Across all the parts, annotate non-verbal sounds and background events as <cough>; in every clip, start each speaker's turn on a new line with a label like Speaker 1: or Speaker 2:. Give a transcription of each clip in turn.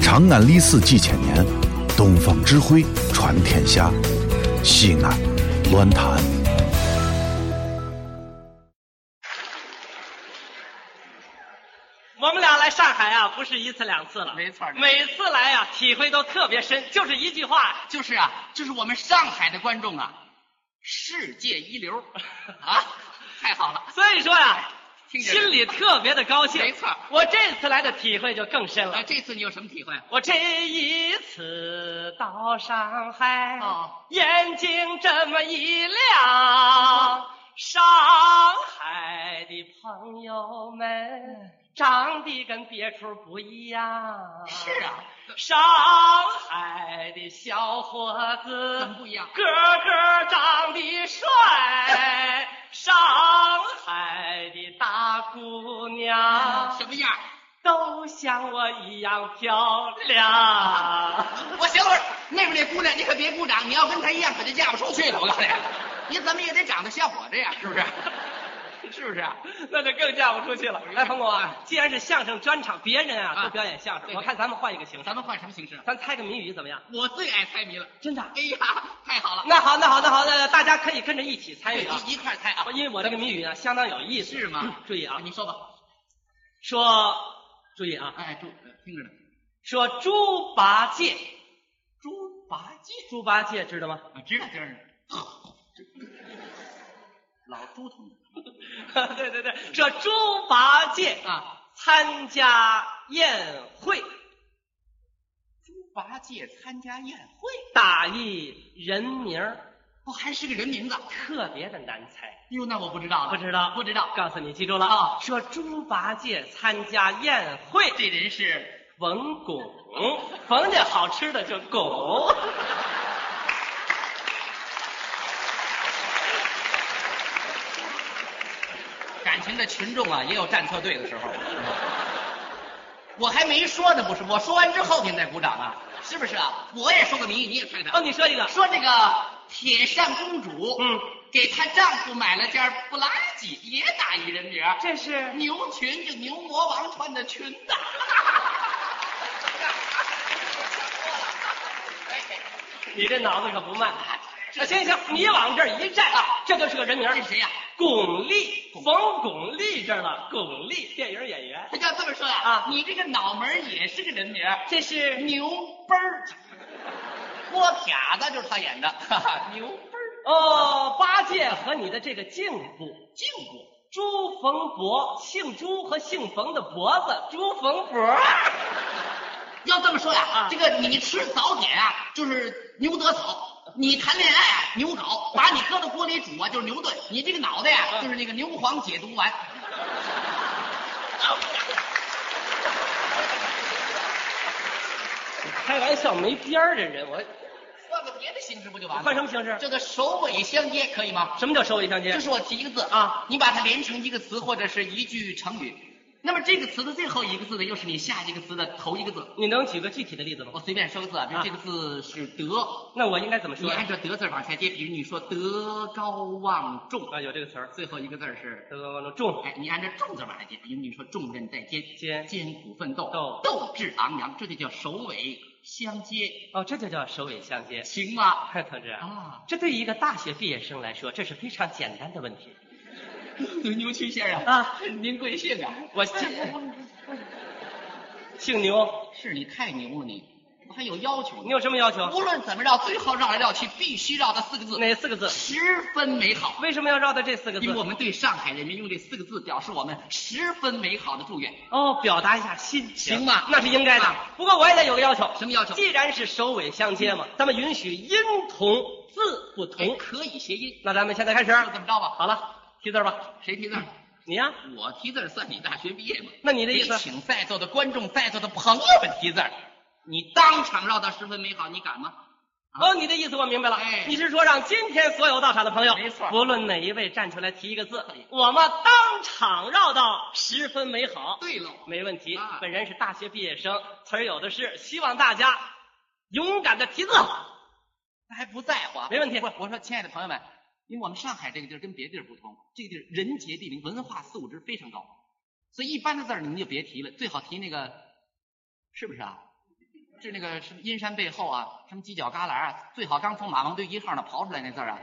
Speaker 1: 长安历史几千年，东方智慧传天下。西安，乱谈。
Speaker 2: 我们俩来上海啊，不是一次两次了，
Speaker 3: 没错儿
Speaker 2: 每次来啊，体会都特别深，就是一句话呀、
Speaker 3: 就是啊，就是我们上海的观众啊，世界一流 <laughs> 啊，太好了，
Speaker 2: 所以说呀、
Speaker 3: 听着
Speaker 2: 心里特别的高兴。
Speaker 3: 没错儿
Speaker 2: 我这次来的体会就更深
Speaker 3: 啊，
Speaker 2: 了。
Speaker 3: 这次你有什么体会？
Speaker 2: 我这一次到上海，
Speaker 3: 哦
Speaker 2: 眼睛这么一亮，上海的朋友
Speaker 3: 嗯
Speaker 2: 们长得跟别处不一样。
Speaker 3: 是啊，
Speaker 2: 上海的小伙
Speaker 3: 怎
Speaker 2: 子
Speaker 3: 么不一样？
Speaker 2: 个个长得帅，上海的大姑娘
Speaker 3: 啊什么样？
Speaker 2: 都像我一样漂亮。
Speaker 3: 我等会儿那边那姑娘，你可别鼓掌，你要跟她一样，可就嫁不出去了。我告诉你，你怎么也得长得像我这样，是不 <laughs> 是？是啊不是？
Speaker 2: 那就更嫁不出去了。哎，彭总啊，既然是相声专场，别人啊
Speaker 3: 啊
Speaker 2: 都表演相声，
Speaker 3: 对
Speaker 2: 我看咱们换一个形式
Speaker 3: 咱，们换什么形式？啊
Speaker 2: 咱猜个谜语怎么样？
Speaker 3: 我最爱猜谜了。
Speaker 2: 真的啊
Speaker 3: 哎呀，太好了，
Speaker 2: 那好，那好，那好，那大家可以跟着一起参与啊。
Speaker 3: 一一块儿猜啊？
Speaker 2: 因为我这个谜语呢相当有意思，
Speaker 3: 是吗
Speaker 2: 嗯注意啊，
Speaker 3: 你说吧。
Speaker 2: 说，注意啊，
Speaker 3: 哎，猪，听着呢，
Speaker 2: 说猪八戒，
Speaker 3: 猪八戒。
Speaker 2: 猪八戒知道吗？ <laughs>
Speaker 3: 啊，知道知道。 <laughs> 老朱同志
Speaker 2: 对对对，说猪八戒
Speaker 3: 啊，
Speaker 2: 参加宴会，
Speaker 3: 猪八戒参加宴会，
Speaker 2: 打一人名儿
Speaker 3: 哦，还是个人名字。
Speaker 2: 特别的难猜，
Speaker 3: 哟，那我不知道了，
Speaker 2: 不知道
Speaker 3: 不知道。
Speaker 2: 告诉你，记住了
Speaker 3: 啊
Speaker 2: 说猪八戒参加宴会，
Speaker 3: 这人是
Speaker 2: 冯巩，逢见好吃的就巩。
Speaker 3: 感情的群众啊，也有站错队的时候。我还没说呢，不是？我说完之后您再鼓掌啊，是不是啊？我也说个谜，你也猜猜。
Speaker 2: 哦，你说一个，
Speaker 3: 说这个铁扇公主，
Speaker 2: 嗯，
Speaker 3: 给她丈夫买了件布拉吉，也打一人名儿。
Speaker 2: 这是
Speaker 3: 牛群就牛魔王穿的裙子。
Speaker 2: 你这脑子可不慢。啊行行，你往这儿一站啊，这就是个人名儿。
Speaker 3: 这谁呀、
Speaker 2: 巩俐，冯巩俐知道吧？巩俐，电影演员。
Speaker 3: 他要这么说呀、
Speaker 2: 啊
Speaker 3: 你这个脑门儿也是个人名儿，
Speaker 2: 这是
Speaker 3: 牛奔儿，郭撇子就是他演的，哈哈，牛奔儿
Speaker 2: 哦，八戒和你的这个颈部，
Speaker 3: 进过。
Speaker 2: 朱逢博，姓朱和姓冯的脖子，朱逢博。
Speaker 3: 要这么说呀、
Speaker 2: 啊
Speaker 3: 这个你吃早点啊，就是牛得草；你谈恋爱啊，牛搞；把你搁到锅里煮啊，就是牛炖；你这个脑袋呀、
Speaker 2: 啊
Speaker 3: 就是那个牛黄解毒丸。
Speaker 2: 开玩笑没边儿的人，我
Speaker 3: 换个别的形式啊不就完了？
Speaker 2: 换什么形式
Speaker 3: 这个首尾相接可以吗？
Speaker 2: 什么叫收一相接
Speaker 3: 就是我提一个字
Speaker 2: 啊，
Speaker 3: 你把它连成一个词或者是一句成语，那么这个词的最后一个字呢，又是你下一个词的头一个字。
Speaker 2: 你能举个具体的例子吗
Speaker 3: 我？随便说个字啊，比如
Speaker 2: 啊
Speaker 3: 这个字是德，
Speaker 2: 那我应该怎么
Speaker 3: 你
Speaker 2: 说呀？
Speaker 3: 按照德字往下接，比如你说德高望重，
Speaker 2: 啊，有这个词儿，
Speaker 3: 最后一个字儿是，
Speaker 2: 呃，重
Speaker 3: 哎，你按照重字往下接，比如你说重任在肩，
Speaker 2: 肩
Speaker 3: 艰苦奋斗，
Speaker 2: 斗
Speaker 3: 斗志昂扬，这就叫首尾相接，
Speaker 2: 哦，这就叫首尾相接。 <laughs>
Speaker 3: 行吗？
Speaker 2: 同志
Speaker 3: 啊， <laughs>
Speaker 2: 这对于一个大学毕业生来说，这是非常简单的问题。
Speaker 3: 牛群先生
Speaker 2: 啊，
Speaker 3: 您贵姓啊？
Speaker 2: 我姓牛，
Speaker 3: <laughs> 是你太牛了你，我还有要求呢
Speaker 2: 你。有什么要求？
Speaker 3: 无论怎么绕，最后绕来绕去，必须绕到四个字，
Speaker 2: 哪啊四个字？
Speaker 3: 十分美好。
Speaker 2: 为什么要绕到这四个字
Speaker 3: 因为？我们对上海人民用这四个字表示我们十分美好的祝愿。
Speaker 2: 哦，表达一下心情
Speaker 3: 行吧
Speaker 2: 那是应该的
Speaker 3: 啊。
Speaker 2: 不过我也得有个要求，
Speaker 3: 什么要求
Speaker 2: 既然是首尾相接嘛，咱们允许音同字不同
Speaker 3: 哎，。可以谐音，
Speaker 2: 那咱们现在开始，
Speaker 3: 就这么着吧。
Speaker 2: 哦好了，提字儿吧。
Speaker 3: 谁提字儿？
Speaker 2: 你呀，
Speaker 3: 我提字儿算你大学毕业吗？
Speaker 2: 那你的意
Speaker 3: 得
Speaker 2: 思？
Speaker 3: 请在座的观众、在座的朋友们提字儿。你当场绕到十分美好，你敢吗？
Speaker 2: 哦，你的意思我明白了
Speaker 3: 哎。
Speaker 2: 你是说让今天所有到场的朋友，
Speaker 3: 没错
Speaker 2: 不论哪一位站出来提一个字
Speaker 3: 可以，
Speaker 2: 我们当场绕到十分美好。
Speaker 3: 对喽，
Speaker 2: 没问题
Speaker 3: 啊，
Speaker 2: 本人是大学毕业生，词儿有的是，希望大家勇敢的提字。
Speaker 3: 他还不在乎啊。
Speaker 2: 没问题
Speaker 3: 不是，我说亲爱的朋友们，因为我们上海这个地儿跟别地儿不同，这个地儿人杰地灵，文化素质非常高，所以一般的字儿你们就别提了，最好提那个，是不是啊？是那个什么阴山背后啊，什么犄角旮旯啊，最好刚从马王堆一号那刨出来那字儿啊，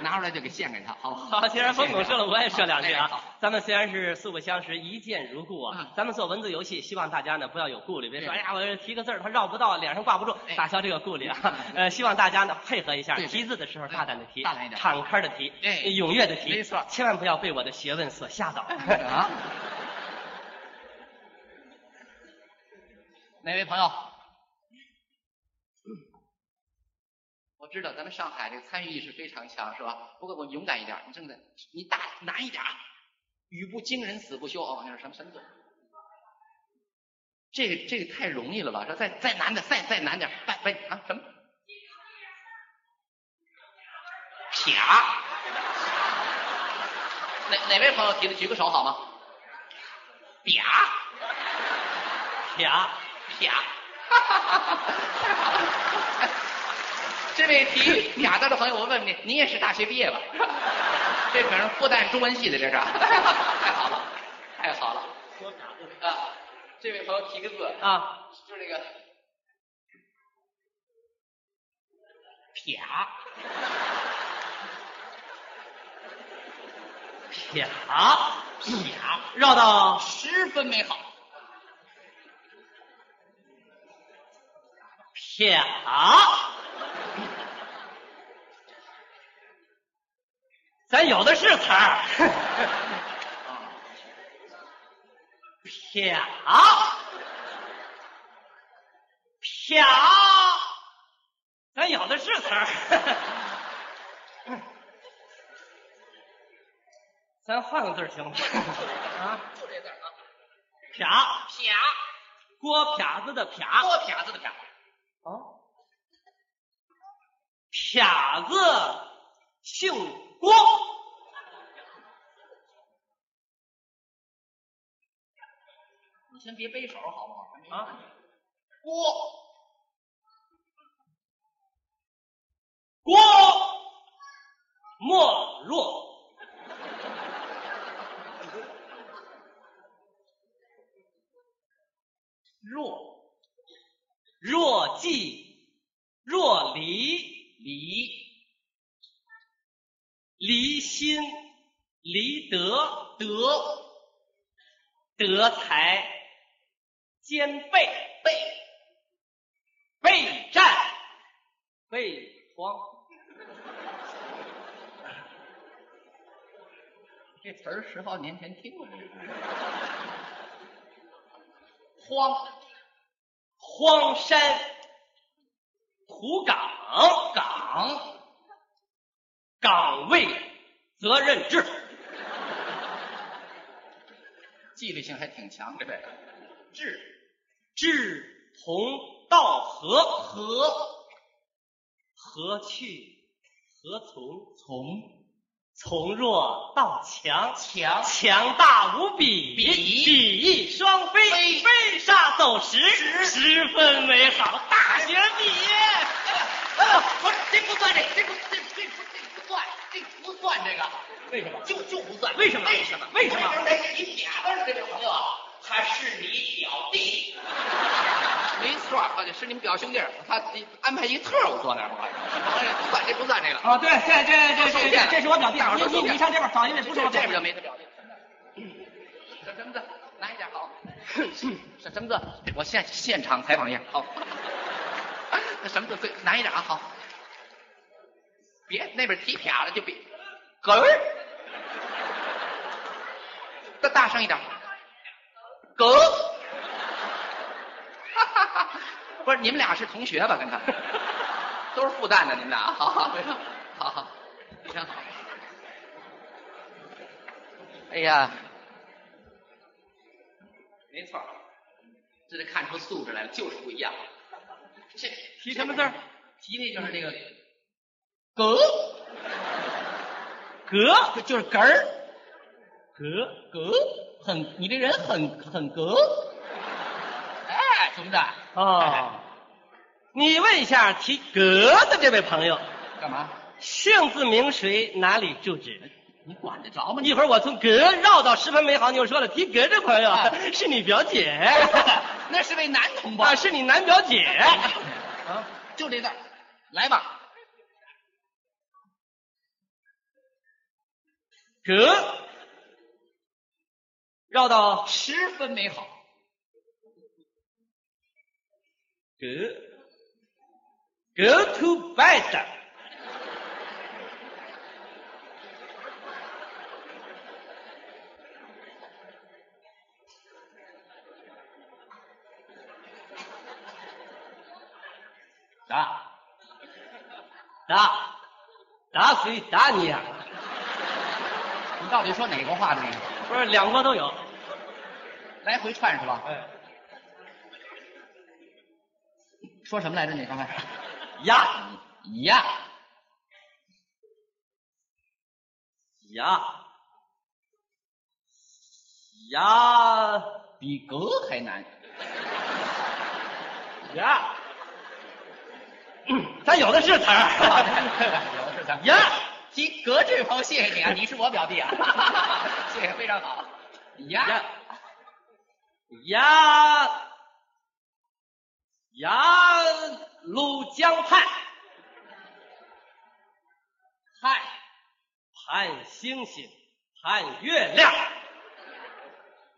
Speaker 3: 拿出来就给献给他，好不好？
Speaker 2: 好，既然冯总说了，我也说两句
Speaker 3: 好
Speaker 2: 啊。咱们虽然是素不相识，一见如故
Speaker 3: 嗯
Speaker 2: 啊。咱们做文字游戏，希望大家呢不要有顾虑，别说
Speaker 3: 对
Speaker 2: 哎呀，我这提个字儿他绕不到，脸上挂不住
Speaker 3: 哎，
Speaker 2: 打消这个顾虑啊
Speaker 3: 嗯。
Speaker 2: 呃，希望大家呢配合一下，
Speaker 3: 对对嗯
Speaker 2: 提字的时候大胆的提，
Speaker 3: 大胆一点
Speaker 2: 敞开的提，
Speaker 3: 哎
Speaker 2: 踊跃的提，
Speaker 3: 没错
Speaker 2: 千万不要被我的学问所吓到。
Speaker 3: 啊，哪位朋友？我知道咱们上海这个参与意识非常强，是吧？不过我勇敢一点，你真的，你大难一点啊，语不惊人死不休哦，那是什么什么字？这个这个太容易了吧？说再再难点，再再难点，拜拜啊什么？卡。哪哪位朋友提的？举个手好吗？啪
Speaker 2: 呀，
Speaker 3: 啪，哈哈哈哈太好了！这位提俩字的朋友，我问问你，你也是大学毕业吧？这可能复旦中文系的，这是？太好了，太好了！啊，这位朋友提个字，
Speaker 2: 啊，
Speaker 3: 就是那个啪
Speaker 2: 呀，
Speaker 3: 啪，
Speaker 2: 啊绕到
Speaker 3: 十分美好。
Speaker 2: 呀， <laughs> 咱有的是词儿。 <laughs> 啪啪，咱有的是词儿。 <laughs> 咱换个字儿行吗？ <laughs> 啊，
Speaker 3: 就这字儿啊，
Speaker 2: 啪，
Speaker 3: 啪，
Speaker 2: 郭啪子的啪，
Speaker 3: 多啪字的啪。
Speaker 2: 哦，啪子姓郭，
Speaker 3: 你先别背手好不好？
Speaker 2: 啊，
Speaker 3: 锅
Speaker 2: 郭沫若，
Speaker 3: 若
Speaker 2: 若即若离，
Speaker 3: 离
Speaker 2: 离心离德，
Speaker 3: 德
Speaker 2: 德才兼备，
Speaker 3: 备
Speaker 2: 备战备荒。
Speaker 3: 这词儿十好年前听过这个。荒
Speaker 2: 荒山土岗，
Speaker 3: 岗
Speaker 2: 岗位责任制，
Speaker 3: 纪律性还挺强，这位志
Speaker 2: 志同道合，
Speaker 3: 和
Speaker 2: 何去何从？
Speaker 3: 从
Speaker 2: 从弱到强，
Speaker 3: 强
Speaker 2: 强大无比，
Speaker 3: 比
Speaker 2: 翼双飞，
Speaker 3: 飞
Speaker 2: 飞沙走石，十分美好。大学毕业，
Speaker 3: 呃，不是这不算这这不这这不这不算这不算这个。
Speaker 2: 为什么？
Speaker 3: 就就不算。
Speaker 2: 为什么
Speaker 3: 为什么？
Speaker 2: 为什么
Speaker 3: 我这人来提俩字儿的这位朋友啊，他是你表弟。 <laughs> 没错，而且是你们表兄弟儿，他安排一特务坐那儿，我不算这不算这个。
Speaker 2: 啊，对，这这
Speaker 3: 受
Speaker 2: 这
Speaker 3: 骗
Speaker 2: 这
Speaker 3: 了
Speaker 2: 这是我表弟啊
Speaker 3: 大伙儿，都受
Speaker 2: 你你
Speaker 3: 骗
Speaker 2: 你
Speaker 3: 了
Speaker 2: 上这边找一位，不是我
Speaker 3: 这
Speaker 2: 表弟。
Speaker 3: 边就没他表弟。嗯这什么字？拿一
Speaker 2: <laughs>
Speaker 3: 点好。这什么字？我现现场采访一下，好。 <laughs> 那什么字？最拿一点啊，好。别那边提撇了，就别。嗝儿。再大声一点。嗝。 <laughs> 不是，你们俩是同学吧？跟他都是复旦的，你们俩，好好，非常好好，非常好。哎呀，没错儿，这就看出素质来了，就是不一样。这
Speaker 2: 提什么字儿？
Speaker 3: 提那就是那个“格
Speaker 2: 格”，
Speaker 3: 就是“格儿
Speaker 2: 格”，
Speaker 3: 格，很，你这人很很格。哎，怎么的？
Speaker 2: 哦，你问一下提格的这位朋友，
Speaker 3: 干嘛？
Speaker 2: 姓字名谁，哪里住址？
Speaker 3: 你管得着吗？
Speaker 2: 一会儿我从葛绕到十分美好，你又说了提葛这朋友
Speaker 3: 啊
Speaker 2: <laughs> 是你表姐，
Speaker 3: 那是位男同胞
Speaker 2: 啊，是你男表姐，哦
Speaker 3: 啊，就这段，来吧，
Speaker 2: 葛绕到
Speaker 3: 十分美好。
Speaker 2: good go to bed 打
Speaker 3: 啊
Speaker 2: 打打谁打你啊？
Speaker 3: 你到底说哪国话呢？你
Speaker 2: 不是两国都有。
Speaker 3: 来回串是吧？
Speaker 2: 哎，
Speaker 3: 说什么来着？你刚才
Speaker 2: 呀
Speaker 3: 呀，
Speaker 2: 呀呀
Speaker 3: 比格还 <laughs> 难。
Speaker 2: 呀，嗯咱有的是词 <laughs> 儿。
Speaker 3: 呀，
Speaker 2: 呀，
Speaker 3: 提格这方谢谢你啊，你是我表弟啊， <laughs> 谢谢，非常好。呀
Speaker 2: 呀，呀呀，鲁江畔
Speaker 3: 嗨，
Speaker 2: 盼星星，盼月亮，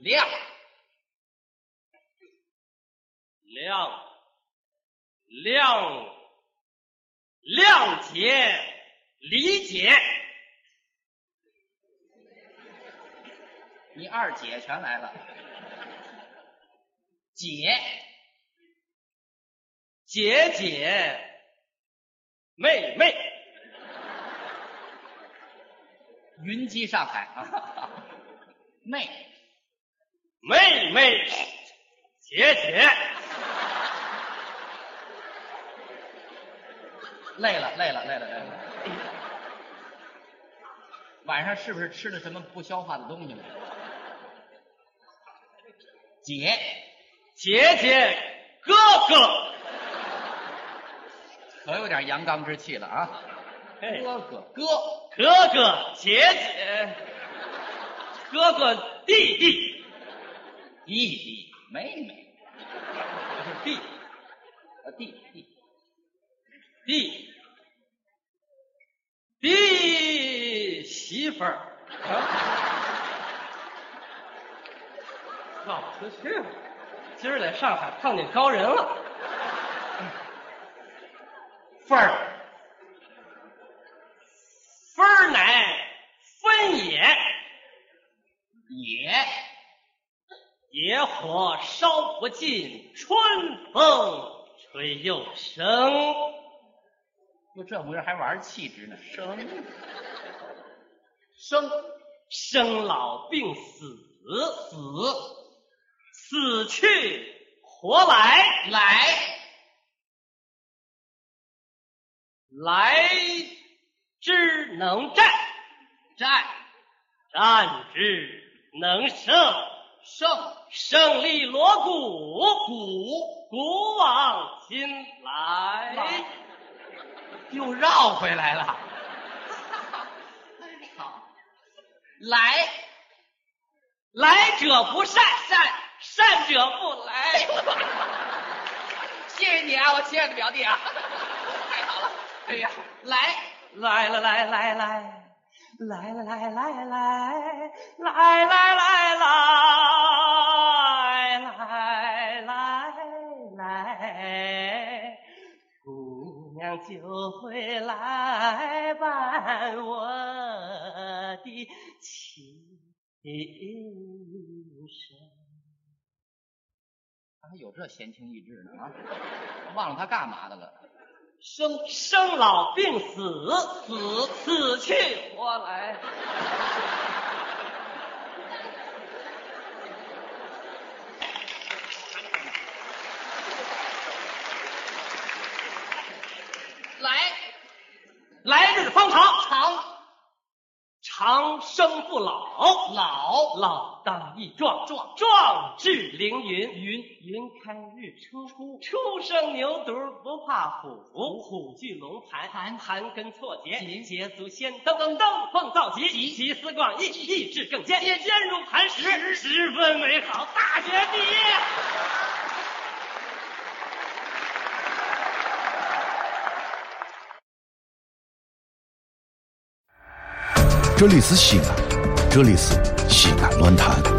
Speaker 3: 亮
Speaker 2: 亮亮谅解理解，
Speaker 3: 你二姐全来了，姐
Speaker 2: 姐姐妹妹，
Speaker 3: 云居上海 <laughs> 啊，妹
Speaker 2: 妹妹姐姐，
Speaker 3: 累了累了累了累了，哎晚上是不是吃了什么不消化的东西了？姐
Speaker 2: 姐姐哥哥，
Speaker 3: 可有点阳刚之气了啊，
Speaker 2: 嘿
Speaker 3: 哥哥哥
Speaker 2: 哥哥姐姐，哥哥弟弟
Speaker 3: 弟弟妹妹
Speaker 2: 弟
Speaker 3: 呃弟弟
Speaker 2: 弟弟媳妇儿，绕不出去了。今儿在上海碰见高人了，
Speaker 3: 份儿
Speaker 2: 分儿乃分也，
Speaker 3: 也
Speaker 2: 野火烧不尽，春风吹又生。
Speaker 3: 就这模样还玩气质呢，生生
Speaker 2: 生老病死，
Speaker 3: 死
Speaker 2: 死去活来。
Speaker 3: 来
Speaker 2: 来之能战，
Speaker 3: 战
Speaker 2: 战之能胜，
Speaker 3: 胜
Speaker 2: 胜利锣鼓，
Speaker 3: 鼓
Speaker 2: 古往今来。
Speaker 3: 又绕回来了。 <laughs> 哎好，来，
Speaker 2: 来者不善，善善者不
Speaker 3: <laughs>
Speaker 2: 来。
Speaker 3: 谢谢你啊，我亲爱的表弟啊，太好了。哎呀，来，
Speaker 2: 来了来来来，来了来来来，来来来来来来来，姑娘就会来伴我的琴声。
Speaker 3: 还有这闲情逸致呢啊，忘了他干嘛的了。
Speaker 2: 生生老病死，死死去活来。
Speaker 3: 来，
Speaker 2: 来日方长，
Speaker 3: 长
Speaker 2: 长生不老，
Speaker 3: 老
Speaker 2: 老当益壮，
Speaker 3: 壮
Speaker 2: 壮志凌云，云云开日出，初生牛犊不怕虎，虎踞龙盘，
Speaker 3: 盘
Speaker 2: 盘根错节，
Speaker 3: 节
Speaker 2: 捷足先登，登登凤造极，集思广益，意志更坚，坚如磐石，十分美好，大学毕业。
Speaker 1: 这里是西安，这里是西安乱谈。